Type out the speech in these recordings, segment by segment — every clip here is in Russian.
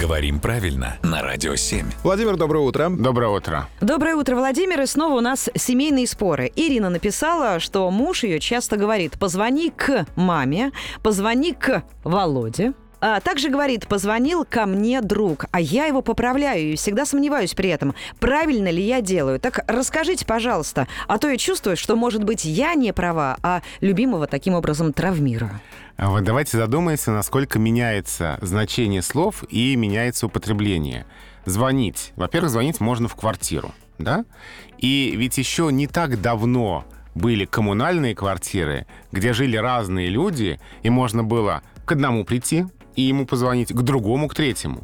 Говорим правильно на Радио 7. Владимир, доброе утро. Доброе утро. Доброе утро, Владимир. И снова у нас семейные споры. Ирина написала, что муж ее часто говорит «позвони к маме», «позвони к Володе». А также говорит «позвонил ко мне друг», а я его поправляю и всегда сомневаюсь при этом, правильно ли я делаю. Так расскажите, пожалуйста, а то я чувствую, что, может быть, я не права, а любимого таким образом травмирую. А Вот давайте задумаемся, насколько меняется значение слов и меняется употребление. Звонить. Во-первых, звонить можно в квартиру, да? И ведь еще не так давно были коммунальные квартиры, где жили разные люди, и можно было к одному прийти и ему позвонить, к другому, к третьему.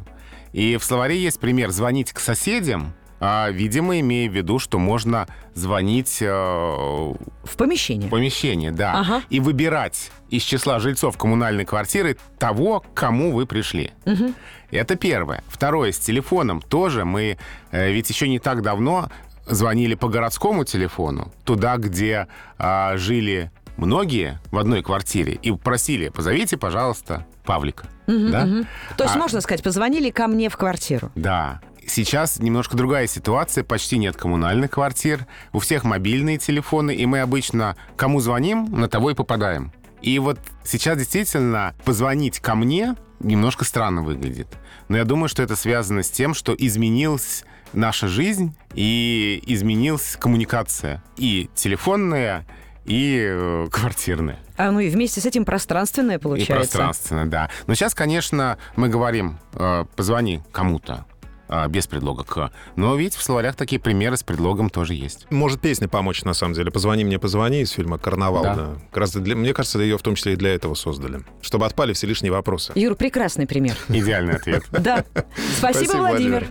И в словаре есть пример «звонить к соседям», а, видимо, имея в виду, что можно звонить э, В помещении. помещение, да. Ага. И выбирать из числа жильцов коммунальной квартиры того, к кому вы пришли. Это первое. Второе, с телефоном тоже мы, э, ведь еще не так давно звонили по городскому телефону, туда, где а, жили многие в одной квартире, и просили, позовите, пожалуйста, Павлика. да? То есть А- можно сказать «позвонили ко мне в квартиру». Да. Сейчас немножко другая ситуация, почти нет коммунальных квартир, у всех мобильные телефоны, и мы обычно кому звоним, на того и попадаем. И вот сейчас действительно позвонить ко мне немножко странно выглядит. Но я думаю, что это связано с тем, что изменилась наша жизнь и изменилась коммуникация. И телефонная, и э, квартирная. А ну и вместе с этим пространственное получается. И пространственно, да. Но сейчас, конечно, мы говорим, э, позвони кому-то э, без предлога «к». Но ведь в словарях такие примеры с предлогом тоже есть. Может песня помочь, на самом деле. «Позвони мне, позвони» из фильма «Карнавал». Да. да. Как раз для- мне кажется, ее в том числе и для этого создали. Чтобы отпали все лишние вопросы. Юр, прекрасный пример. Идеальный ответ. Да. Спасибо, Владимир.